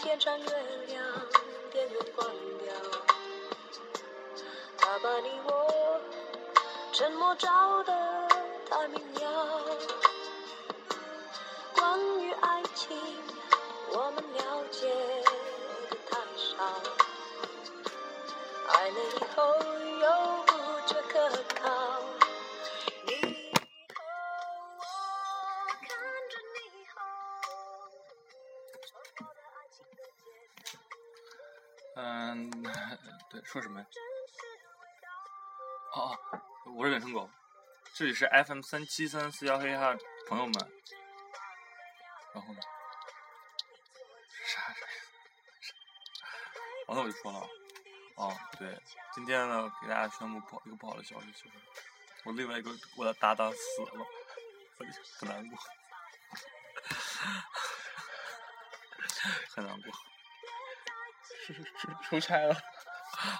天上月亮，电源关掉，它把你我沉默照得太明了。关于爱情，我们了解的太少，爱了以后又不觉可靠。你以后，我看着你后，错过了爱情的街道。嗯， 对，说什么呀？真是味道。哦哦，我是远程狗，这里是 FM 三七三四幺黑哈朋友们。然后呢？啥啥啥？完了我就说了啊。哦，对，今天呢，给大家宣布不好一个不好的消息，就是我另外一个我的搭档死了，我就很难过， 很难过。出出出差了，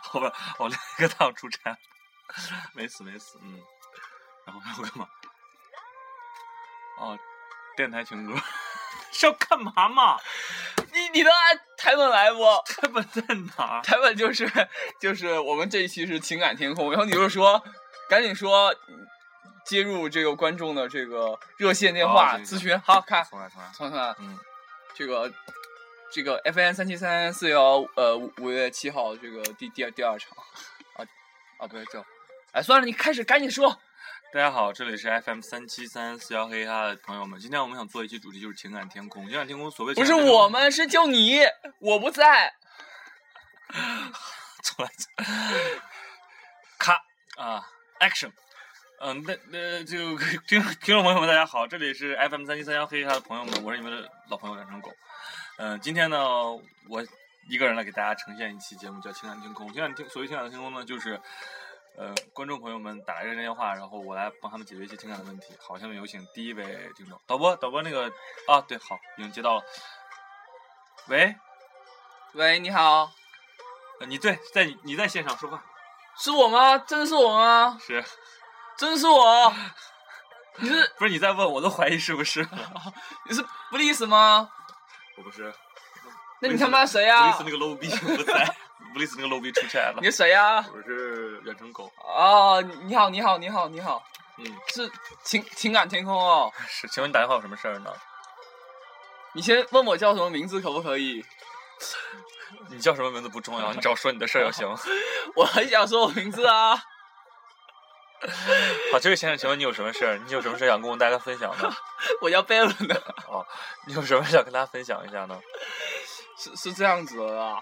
后边 我另一个档出差，没死没死，嗯。然后要干嘛？哦，电台情歌 是要干嘛嘛？你你能按台本来不？台本在哪儿？台本就是就是我们这一期是情感天空，然后你就说赶紧说接入这个观众的这个热线电话、哦这个咨询，好看，重来重来。算算嗯，这个这个 FN 三七三四幺呃五五月七号这个第第二第二场啊啊不对这哎算了你开始赶紧说大家好，这里是 FM 三七三四幺黑哈的朋友们，今天我们想做一期主题就是情感天空。情感天空所谓不情是感天空我，们是就你我不在重来。重来咔啊，action。嗯，那那就听听众朋友们，大家好，这里是 FM 三七三幺黑哈的朋友们，我是你们的老朋友梁成狗。嗯、今天呢，我一个人来给大家呈现一期节目，叫《情感天空》。情感天，所谓情感天空呢，就是呃，观众朋友们打来热线电话，然后我来帮他们解决一些情感的问题。好，下面有请第一位听众，导播，导播那个啊，对，好，已经接到了。喂，喂你好呃你对，在你你在现场说话是我吗真的是我吗？是真是我，你是不是你在问我都怀疑是不 是？你是布利斯吗？我不啊是，那你他妈谁布呀、里斯那个 low 逼不 在，布里斯那个 low 逼出差了你。是谁呀、我是远程狗，啊哦，你好，你好，你好，你好，嗯，是情情感天空哦。是，请问你打电话有什么事儿呢？你先问我叫什么名字可不可以？你叫什么名字不重 要，你只要说你的事儿就行。我很想说我名字啊。好，这位先生，请问你有什么事儿？你有什么事儿想跟我大家分享 呢？我叫贝伦的，哦，你有什么想跟大家分享一下呢？是是这样子的啊。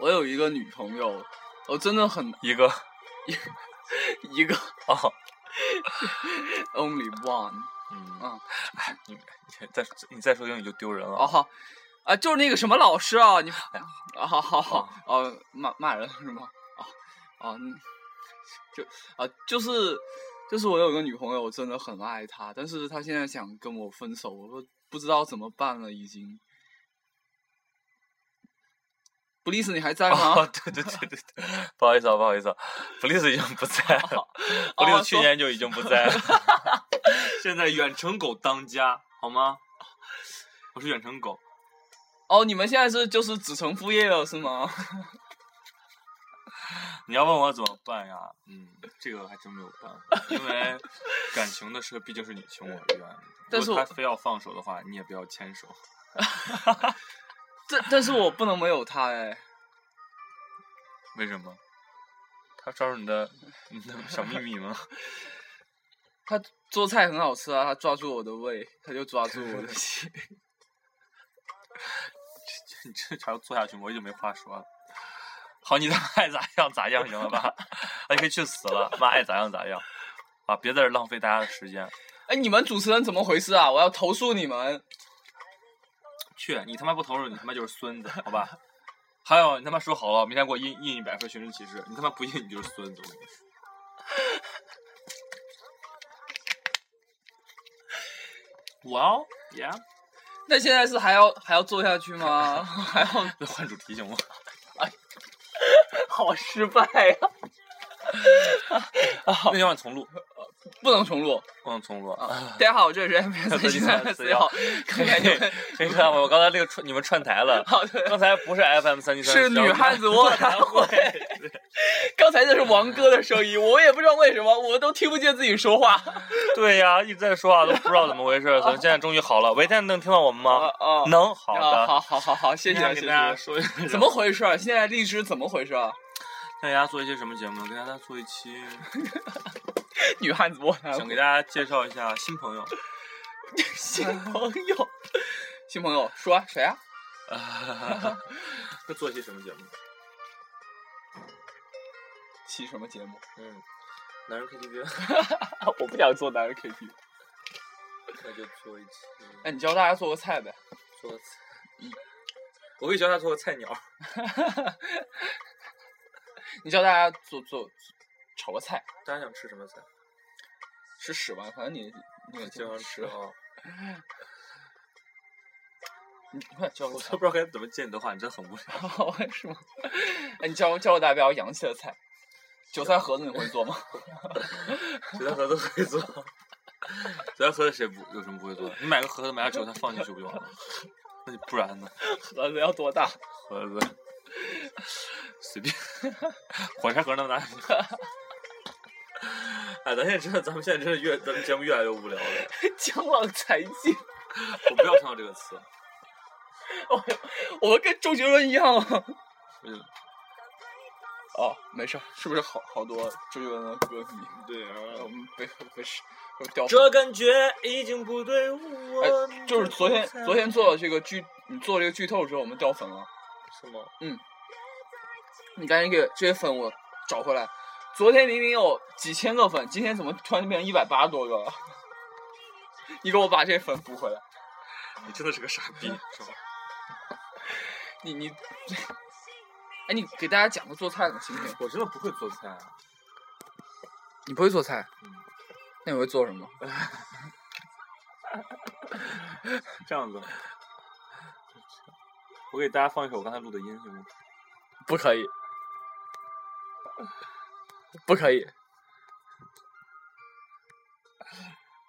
我有一个女朋友，我真的很一个一个 哦， only one 嗯，嗯哎，你你再你再说英语就丢人了。哦好，啊就是那个什么老师啊，你哎呀啊好好好哦骂骂人是吗？啊啊嗯就啊就是就是我有个女朋友，我真的很爱她，但是她现在想跟我分手，我不不知道怎么办了已经。布丽斯，你还在吗？哦， 对对对对对，不好意思啊，不好意思啊，布利斯已经不在 了，布利斯哦去说年就已经不在了， 现在远程狗当家，好吗？我是远程狗，哦，你们现在是就是子承父业了是吗？ 你要问我怎么办呀？嗯，这个还真没有办法，因为感情的事毕竟是你情我愿，但如是果我他非要放手的话，你也不要牵手。但但是我不能没有她哎。为什么？他抓住你的你的小秘密吗？他做菜很好吃啊，他抓住我的胃，他就抓住 我的心。你这还要做下去吗？我已经没话说了。好，你他妈爱咋样咋样，行了吧？啊，你可以去死了，妈爱咋样咋样。啊，别在这儿浪费大家的时间。哎，你们主持人怎么回事啊？我要投诉你们！去，你他妈不投入，你他妈就是孙子，好吧？还有，你他妈说好了，明天给我印印一百份寻人启事，你他妈不印你就是孙子。我跟你说，哇哦，耶！那现在是还要还要做下去吗？ 还 要再换主题行吗？好失败呀、啊那要你重录。不能重录。不能重录啊。大家好，这 里是 MS 一三四幺，嘿看看你嘿们，嘿，看我刚才那个串你们串台了，好的，刚才不是 FM 三七三，是女汉子卧谈会。刚才那是王哥的声音，我也不知道为什么，我都听不见自己说话。对呀，一直在说话啊都不知道怎么回事，咱现在终于好了。维泰能听到我们吗？啊能，好啊，的。好好好好，谢今天谢给谢大家谢。说一下，怎么回事儿？现在荔枝怎么回事儿？啊给大家做一些什么节目呢？给大家做一期， 啊女汉子卧谈想给会，大家介绍一下新朋 友。新朋友，新朋友说谁啊？会做一些什么节目？起什么节目？嗯，男人 KTV，啊我不想做男人 KTV。那就做一期，哎，你教大家做个菜呗。做个菜。我可以教他做个菜鸟。你教大家做做炒个菜，大家想吃什么菜？吃屎吧，反正你你也经常嗯吃。啊。你快教我我菜都不知道该怎么接你的话，你真的很无聊。啊是吗？ 哎，你教我教我大家比较洋气的菜，韭菜盒子你会做吗？ 韭菜盒子会做，韭菜盒子谁不有什么不会做的？你买个盒子，买点韭菜放进去不就完了？ 那你不然呢？盒子要多大？ 盒子随便，火柴盒能拿什么？ 哎，咱现在真的，咱们现在真的越咱们节目越来越无聊了。江郎才尽，我不要听到这个词。我跟周杰伦一样啊。嗯，哦，没事儿，是不是好好多周杰伦的歌 迷？对呃我啊。们被被是被掉粉。这感觉已经不对我。哎，就是昨天昨天做了这个剧，你做了这个剧透之后，我们掉粉了。是吗？你赶紧给这些粉我找回来。昨天明明有几千个粉，今天怎么突然就变成一百八十多个了？ 你给我把这些粉补回来。你真的是个傻逼，是吧？你你，哎，你给大家讲个做菜的行不行？我真的不会做菜啊。你不会做菜嗯，那你会做什么？这样子， 我给大家放一首我刚才录的音，行吗？不可以，不可以。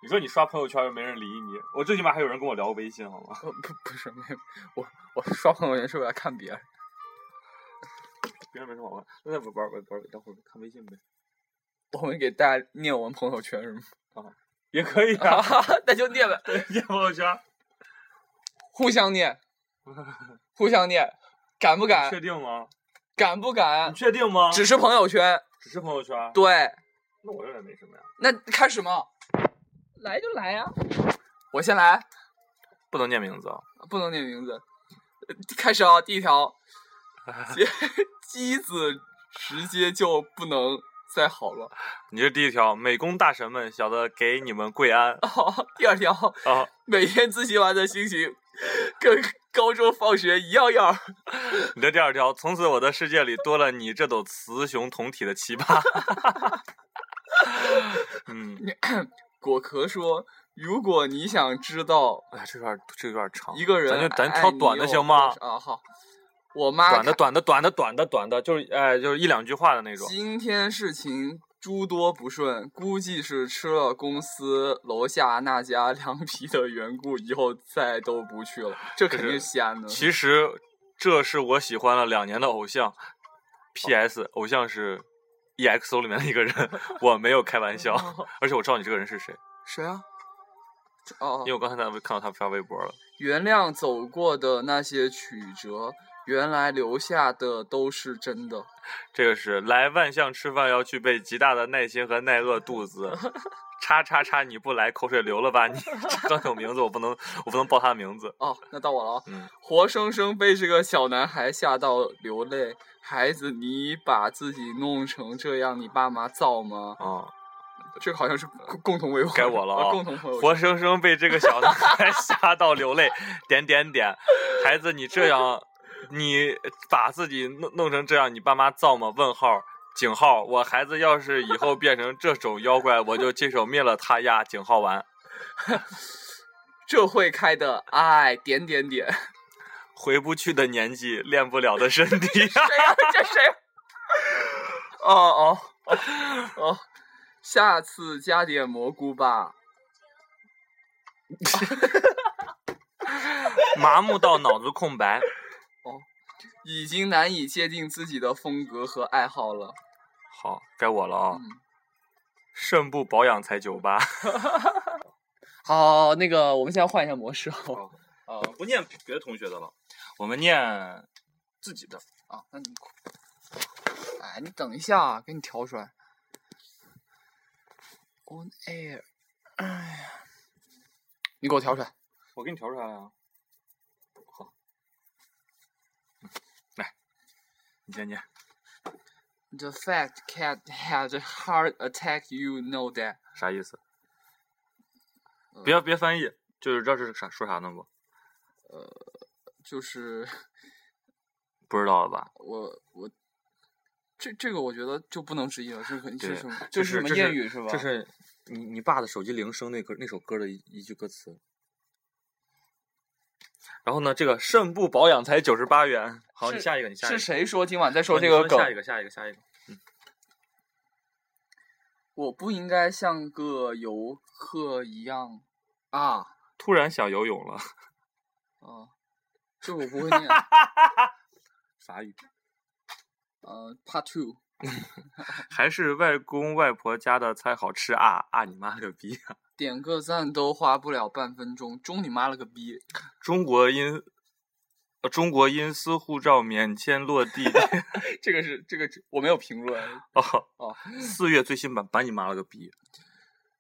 你说你刷朋友圈又没人理你，我最起码还有人跟我聊微信，好吗？ 不不是没有，我我刷朋友圈是为了看别人。别人没什么好玩，那玩玩玩玩，等会儿看微信呗。我们给大家念我们朋友圈是吗？也可以啊啊，哈哈， 那就念呗，念朋友圈，互相念，互相念，敢不你敢？确定吗？敢不敢你？确定吗？只是朋友圈。只是朋友圈，对，那我认为没什么呀。那开始吗？来就来呀、我先来，不能念名字啊。不能念名字。呃开始啊，第 一条， 妻妻子直接就不能再好了。你这第一条，美工大神们，小的给你们跪安好，第二条，啊！每天自习完的心情跟高中放学一样样儿。你的第二条，从此我的世界里多了你这朵雌雄同体的奇葩。 嗯，果壳说：“如果你想知道哎呀，这有点这有点长，一个人咱爱你有就咱挑多少，短的行吗？啊，好，我妈短的看短的短的短的短的，就是哎，就是一两句话的那种。今天事情诸多不顺，估计是吃了公司楼下那家凉皮的缘故，以后再都不去了。这肯定是西安的。其实这是我喜欢了两年的偶像。P.S. 偶像是 EXO 里面的一个人， 我没有开玩笑，而且我知道你这个人是谁，谁啊？哦因为，我刚才在微看到他发微博了。原谅走过的那些曲折，原来留下的都是真的。这个是来万象吃饭要具备极大的耐心和耐饿肚子。叉叉叉，你不来，口水流了吧你？刚有名字，我不能，我不能报他名字。哦，那到我了啊！嗯活生生被这个小男孩吓到流泪。孩子，你把自己弄成这样，你爸妈造吗？啊、这个好像是共共同维护，该我了啊共同朋友圈 活生生被这个小男孩 吓到流泪，点点点，孩子，你这样，你把自己弄弄成这样，你爸妈造吗？问号，井号，我孩子要是以后变成这种妖怪，我就亲手灭了他呀！井号完，这会开的，哎，点点点， 回不去的年纪，练不了的身体。 谁呀、这谁？哦哦哦哦，下次加点蘑菇吧。麻木到脑子空白，已经难以界定自己的风格和爱好了。好，该我了啊、嗯肾不保养才九八，好，那个我们现在换一下模式哦。哦不念别的同学的了，我们念自己的。啊，那你，哎，你等一下啊，给你调出来。On air，哎呀，你给我调出来。我给你调出来了呀。好，嗯来，你先念。 The fat cat had a heart attack. You know that. 啥意思？呃别别翻译，就是知道是啥说啥呢不？就是不知道了吧？我我，这这个我觉得就不能直译了，这肯定对是什么？这是什是么这谚是语是吧？这是你你爸的手机铃声那歌那首歌的一一句歌词。然后呢，这个肾部保养才九十八元。好，你是下一个，你下一个。是谁说今晚在好哦说你这个梗？下一个，下一个，下一个。我不应该像个游客一样啊突然想游泳了， 啊！这我不会 念。法语。呃，Part Two。还是外公外婆家的菜好吃啊啊！你妈了个逼！点个赞都花不了半分钟，中你妈了个逼！中国因呃中国因私护照免签落地这个是这个我没有评论。哦哦四月最新版把你妈了个逼！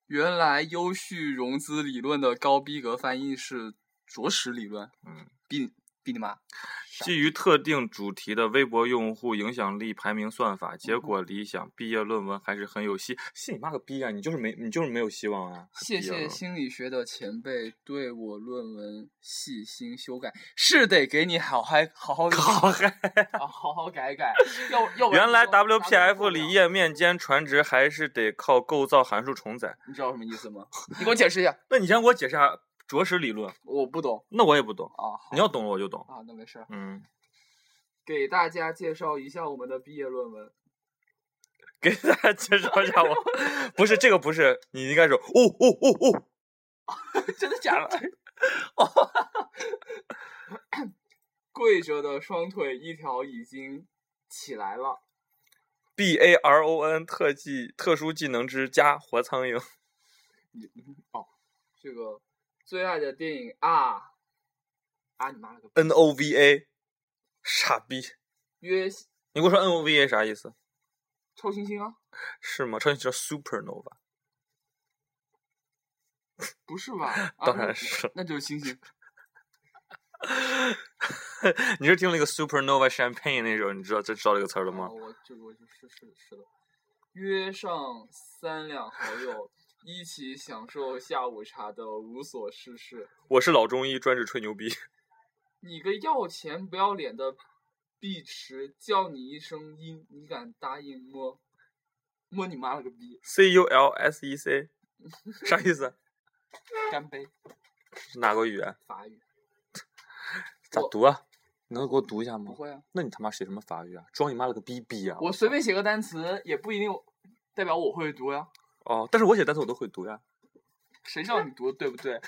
原来优序融资理论的高逼格翻译是着实理论，嗯，逼逼你妈！基于特定主题的微博用户影响力排名算法，结果理想，毕业论文还是很有希。信你妈个逼啊！你就是没你就是没有希望啊！谢毕业论谢文心理学的前辈对我论文细心修改，是得给你好嗨好好好嗨！啊好好改改，要 要不然原来你都 WPF 里你页面间传值还是得靠构造函数重载。你知道什么意思吗？你给我解释一下，那你先给我解释下着实理论，我不懂那我也不懂。啊。好你要懂了我就懂。啊，那没事儿。嗯，给大家介绍一下我们的毕业论文。 给大家介绍一下我，不是这个不是，你应该是哦哦哦哦，真的假的？ 跪着的双腿一条已经起来了。 B A R O N 特技特殊技能之加活苍蝇，这个最爱的电影啊啊！你妈了个 N O V A，傻逼！约你给我说 N O V A 啥意思？超新星啊？是吗？超级叫 supernova，不是 吧？啊当然，是。那那就是星星。 你是听了一个 supernova champagne 那首，你知道这知道这个词儿了吗啊？我这个我就是是是的。约上三两好友，一起享受下午茶的无所事事。我是老中医，专治吹牛逼。你个要钱不要脸的碧池，叫你一声阴，你敢答应摸？摸你妈了个逼！ C U L S E C，啥 意思？啊干杯！哪个语言？法语咋我读啊？你能给我读一下吗不？会啊，那你他妈写什么法语啊？装你妈了个逼逼啊！我随便写个单词也不一定代表我会读呀、哦，但是我写单词我都会读呀。谁知道你读的对不对？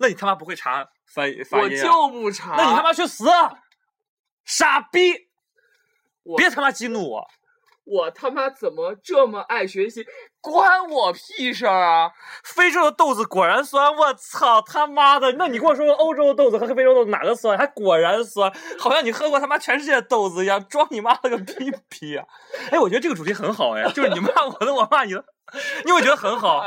那你他妈不会查翻译发我音、啊？就不查。那你他妈去死！啊傻逼！我别他妈激怒我！我他妈怎么这么爱学习？关我屁事儿啊！非洲的豆子果然酸，我操他妈的！那你跟我说欧洲的豆子和非洲豆子哪个酸？还果然酸，好像你喝过他妈全世界的豆子一样，装你妈了个逼逼啊！哎，我觉得这个主题很好哎，就是你骂我的，我骂你的，你会觉得很 好，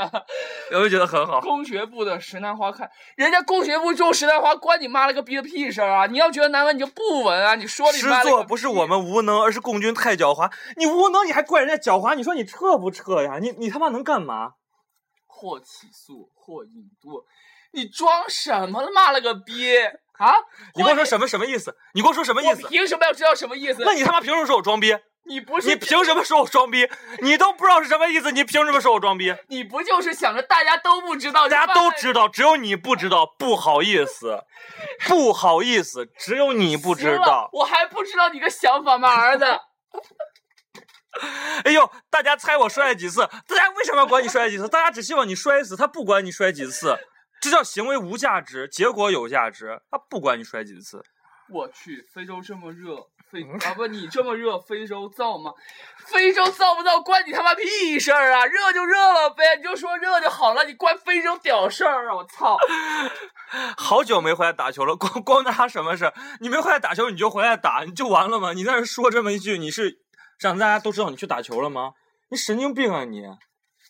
我就觉得很好。工学部的石楠花看，人家工学部种石楠花，关你妈了个逼的屁事儿啊！你要觉得难闻，你就不闻啊！你说你师妈了座个不是屁我们无能，而是共军太狡猾。你无能，你还怪人家狡猾？你说你撤不撤呀？你你他妈能干嘛？或起诉，或引渡，你装什么了？妈了个逼啊！你跟我说么什么什么意思？你跟我说什么意我思？凭什么要知道什么意思？那你他妈凭什么说我装逼？你不是你凭什么说我装逼？你都不知道是什么意思，你凭什么说我装逼？你不就是想着大家都不知道，大家都道，知道，只有你不知道，不好意思，不好意思，只有你不知行了道。我还不知道你个想法吗，儿子？哎呦，大家猜我摔了几次？大家为什么要管你摔了几次？大家只希望你摔死，他不管你摔几次，这叫行为无价值，结果有价值。他不管你摔几次，我去，非洲这么热，非啊不，你这么热，非洲燥吗？非洲燥不燥关你他妈屁事儿啊！热就热了呗，你就说热就好了，你关非洲屌事儿啊！我操！好久没回来打球了，光光他什么事？你没回来打球，你就回来打，你就完了吗？你在这说这么一句，你是让大家都知道你去打球了吗？你神经病啊你！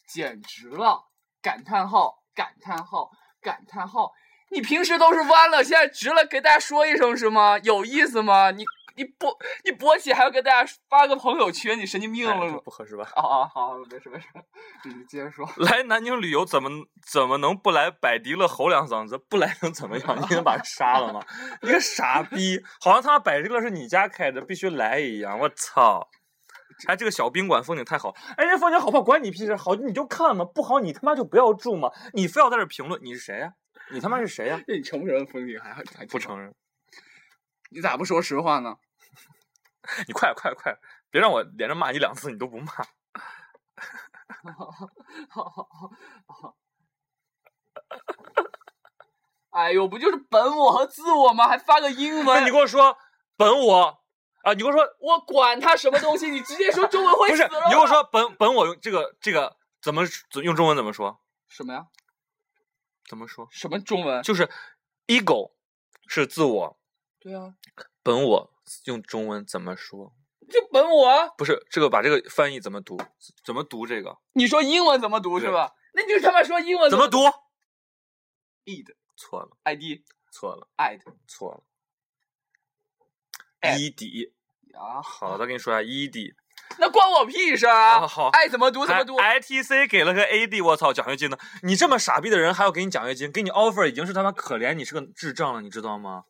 简直了！感叹号，感叹号，感叹号！你平时都是弯了，现在直了，给大家说一声是吗？有意思吗？你你勃你勃起还要跟大家发个朋友圈，你神经病哎了这吗？不合适吧？啊啊， 好，没事没事，你接着说。来南京旅游怎么怎么能不来百迪乐吼两嗓子？不来能怎么样？你能把他杀了吗？你个傻逼！好像他妈百迪乐是你家开的，必须来一样。我操！哎，这个小宾馆风景太好，哎，这风景好不好管你屁事，好你就看嘛，不好你他妈就不要住嘛，你非要在这评论，你是谁呀、你他妈是谁呀、那你承不承认风景还还不？承认，你咋不说实话呢？你快点快点快点，别让我连着骂你两次，你都不骂。 哎呦，不就是本我和自我吗？还发个英那文你，给我说本我啊，你给我说我管他什么东西，你直接说中文会不死是，了。你给我说本本我用这个这个怎么用中文怎么说？什么呀？怎么说？什么中文？就是 ego 是自我，对啊，本我用中文怎么说？就本我啊。不是这个，把这个翻译怎么读？怎么读这个？你说英文怎么读是对吧？那你就他妈说英文怎么读？ ？id 错了， id 错了， id 错了。哎一底，啊，好，再跟你说一下一底。那关我屁事啊！啊好哎爱怎么读怎么还读。 ITC 给了个 AD，我操，奖学金呢？你这么傻逼的人还要给你奖学金？给你 offer 已经是他妈可怜你是个智障了，你知道吗？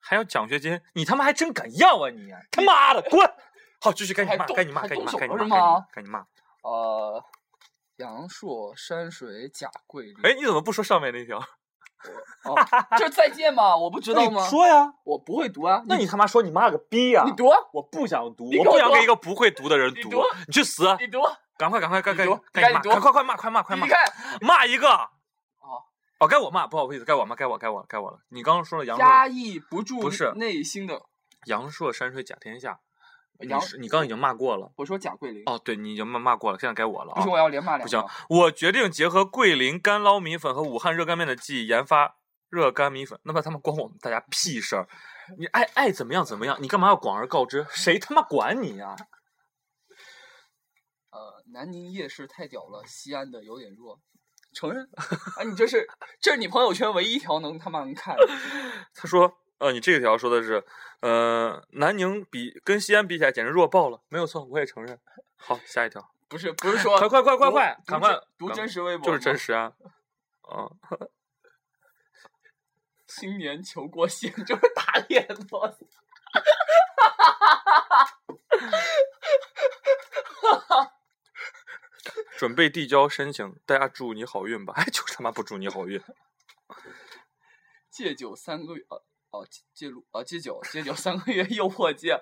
还要奖学金，你他妈还真敢要啊你！他妈的，滚！好，继续该你还骂，动该你骂，还该你动骂，手该你了是骂吗，该你骂。呃，阳朔山水甲桂林。哎哎，你怎么不说上面那条？哦，就是再见嘛，我不知道那吗你？说呀，我不会读啊。那你他妈说你妈了个逼呀、你读啊，我不想读，你我给我不想读啊给一个不会读的人你读读啊，你去死！你读啊，赶快，赶快，赶快，你读赶你紧读骂，快快快骂，快骂，快你骂！看 骂一个。哦哦，该我骂，不好意思，该我骂，该我，该我，该我了。你刚刚说了杨压朔，抑不住不是内心的。杨朔山水甲天下，你杨是你刚刚已经骂过了。我说甲桂林，哦，对，你已经骂骂过了，现在该我了不啊行，！我要连骂不两个行。，我决定结合桂林干捞米粉和武汉热干面的技艺，研发热干米粉。那么他们关我们大家屁事 儿！你爱爱怎么样怎么样，你干嘛要广而告之？谁他妈管你啊呀、呃，南宁夜市太屌了，西安的有点弱，承认。啊，你这是这是你朋友圈唯一一条能他妈能看的。他说，呃，你这条说的是，呃，南宁比跟西安比起来简直弱爆了，没有错，我也承认。好，下一条，不是不是说快快快快读快读赶快真读赶真实微博，就是真。实啊，啊、青年求过线就是打脸我操。准备递交申请，大家祝你好运吧。哎，就是他妈不祝你 好运。 戒酒三个月，呃哦戒戒撸啊戒酒戒酒三个月又破戒，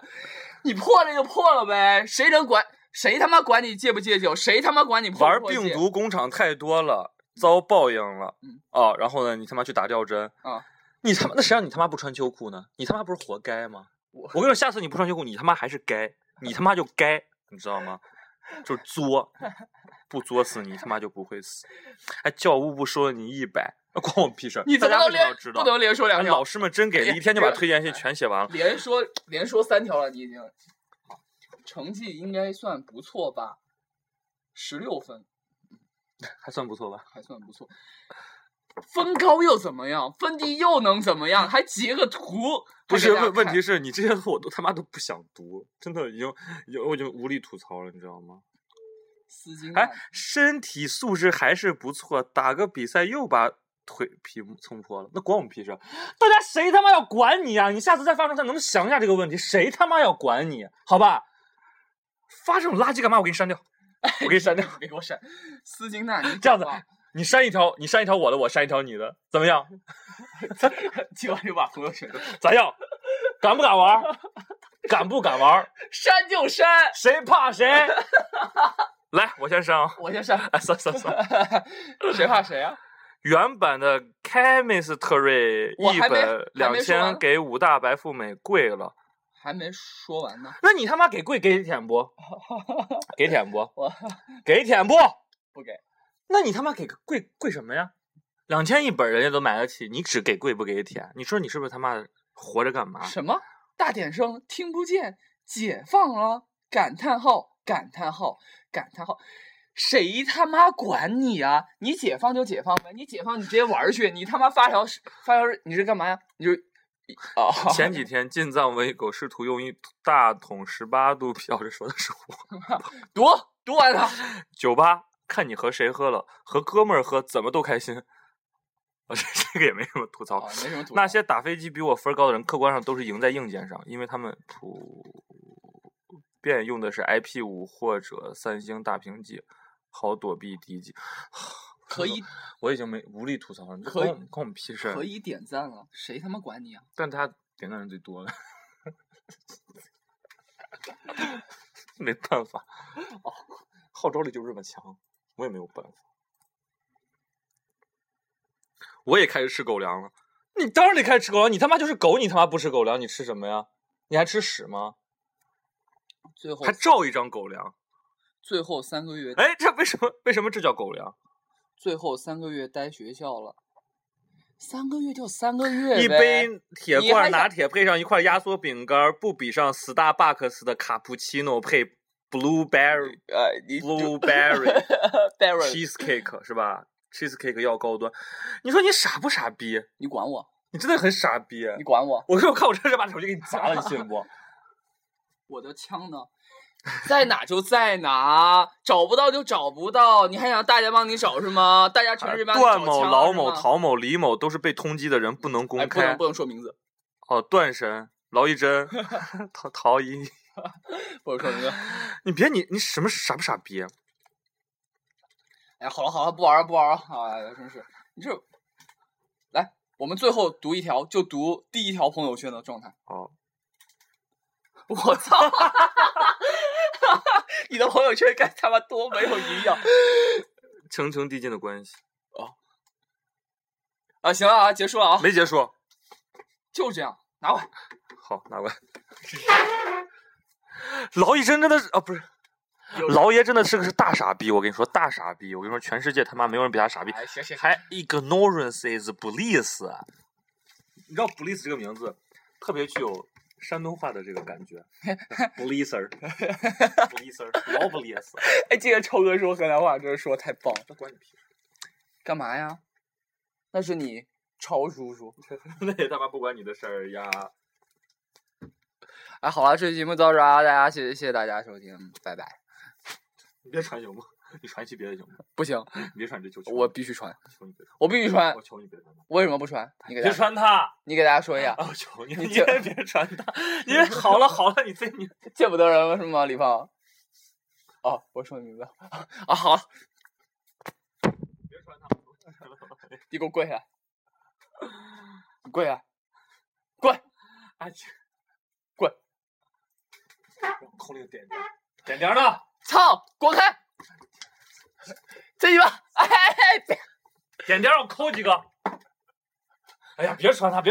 你破了就破了呗，谁能管谁他妈管你戒不戒酒，谁他妈管你破不玩破戒病毒工厂太多了，遭报应了嗯。啊，然后呢，你他妈去打吊针啊！你他妈，那谁让你他妈不穿秋裤呢？你他妈不是活该吗？我我跟你说，下次你不穿秋裤，你他妈还是该，你他妈就该，你知道吗？就是作，不作死你他妈就不会死。哎，教务部收了你一百，关我屁事儿！你怎么大家能为什么连要知不道？能连说两哎条老？师们真给力，连一天就把推荐信全写完了。连说连说三条了，你已经成绩应该算不错吧？十六分还算不错吧？还算不错，分高又怎么样？分低又能怎么样？还截个图，不是还给大家问问看题是你这些我都他妈都不想读，真的已经已经我已经无力吐槽了，你知道吗？丝巾哎啊，身体素质还是不错，打个比赛又把腿皮蹭破了，那关我们屁事儿？大家谁他妈要管你呀、你下次再发生，他能不能想一下这个问题？谁他妈要管你？好吧，发这种垃圾干嘛？我给你删掉，我给你删掉。别 给我闪！斯金纳，你这样子 懂吧你删一条，你删一条我的，我删一条你的，怎么样？今晚就把朋友圈都 咋样？敢不敢玩儿？敢不敢玩儿？删就删，谁怕 谁？来，我先上啊。我先删。 哎，算算算，谁怕谁啊？原版的《Chemistry 我》一还没本还两没说完千给五大白富美跪了，还没说完呢，那你他妈给跪给舔 不？给舔不？我 给舔不？不给。那你他妈给个跪跪什么呀？两千一本人家都买得起，你只给跪不给舔，你说你是不是他妈的活着干嘛？什么？大点声，听不见，解放了！感叹号，感叹号，感叹号！谁他妈管你啊？你解放就解放呗，你解放你直接玩儿去，你他妈发条发条你是干嘛呀？你就哦， 前几天进藏文狗试图用一大桶十八度瓢，这说的是我。读读完了，酒吧看你和谁喝了，和哥们儿喝怎么都开心。啊，这这个也没什么吐槽。哦，没什么吐槽。那些打飞机比我分儿高的人，客观上都是赢在硬件上，因为他们普遍用的是 IP 五或者三星大屏机，好躲避敌击。可以我已经没无力吐槽了，你就可以关我们关我们屁事儿可。以点赞了，谁他妈管你啊？但他点赞人最多了，没办法，哦，号召力就这么强，我也没有办法。我也开始吃狗粮了，你当然得开始吃狗粮，你他妈就是狗，你他妈不吃狗粮，你吃什么呀？你还吃屎吗？最后还照一张狗粮？最后三个月，哎，这为什么？为什么这叫狗粮？最后三个月待学校了，三个月就三个月呗，一杯铁你还罐想拿铁配上一块压缩饼干儿，不比上 Starbucks 的卡布奇诺配 blueberry 呃，你 blueberry Barry， cheesecake 是吧？cheesecake 要高端，你说你傻不傻逼？你管我，你真的很傻逼！你管我，我我看我真是把手机给你砸了，你信 不？我的枪呢？ 在哪就在哪，找不到就找不到，你还想大家帮你找是吗？大家全是帮你啊段找某、枪老是某、吗陶某、李某都是被通缉的人，不能哎，公不能开不。能说名字，哦，段神、劳一 真、陶陶一，不能说名字。你别你你什么傻不傻逼？啊哎，好了好了，不玩了不玩了，哎，真是你这，来，我们最后读一条，就读第一条朋友圈的状态。 哦，我操！ 你的朋友圈该他妈多没有营养层层递进的关系啊！行了啊，结束了啊，没结束。就这样，拿过来。好，拿过来。 劳一真真的是啊，不是有，劳爷真的是个是大傻逼。我跟你说，大傻逼。我跟你说，全世界他妈没有人比他傻逼。哎，行行，还 ignorance is bliss。你知道 bliss 这个名字特别具有山东话的这个感 觉 ，blisser，blisser，老 bliss。哎，这个超哥说河南话，真是说得太棒了。这关你屁事！干嘛呀？那是你超叔叔。 那也他妈不关你的事儿呀。哎，好了，这期节目到这儿啊，大家谢谢谢谢大家收听，拜拜。你别传行吗？你传一期别的行吗？不行，你别传这，求求我你必须穿，求你别传，我必须穿我。求你别传他。为什么不穿？你给大别家，传他。你给大家说一下，啊，我求你，你你就也别传达，你这好了好了，你这你见不得人了是吗，李胖？哦，我说你名字啊，好，别传达。你给我跪下来，你跪下来，跪，哎去，滚！扣那个点点儿，点点儿呢？操，滚开！ 这鸡巴，哎，别。点点儿，我扣几个。哎呀，别传他，别传。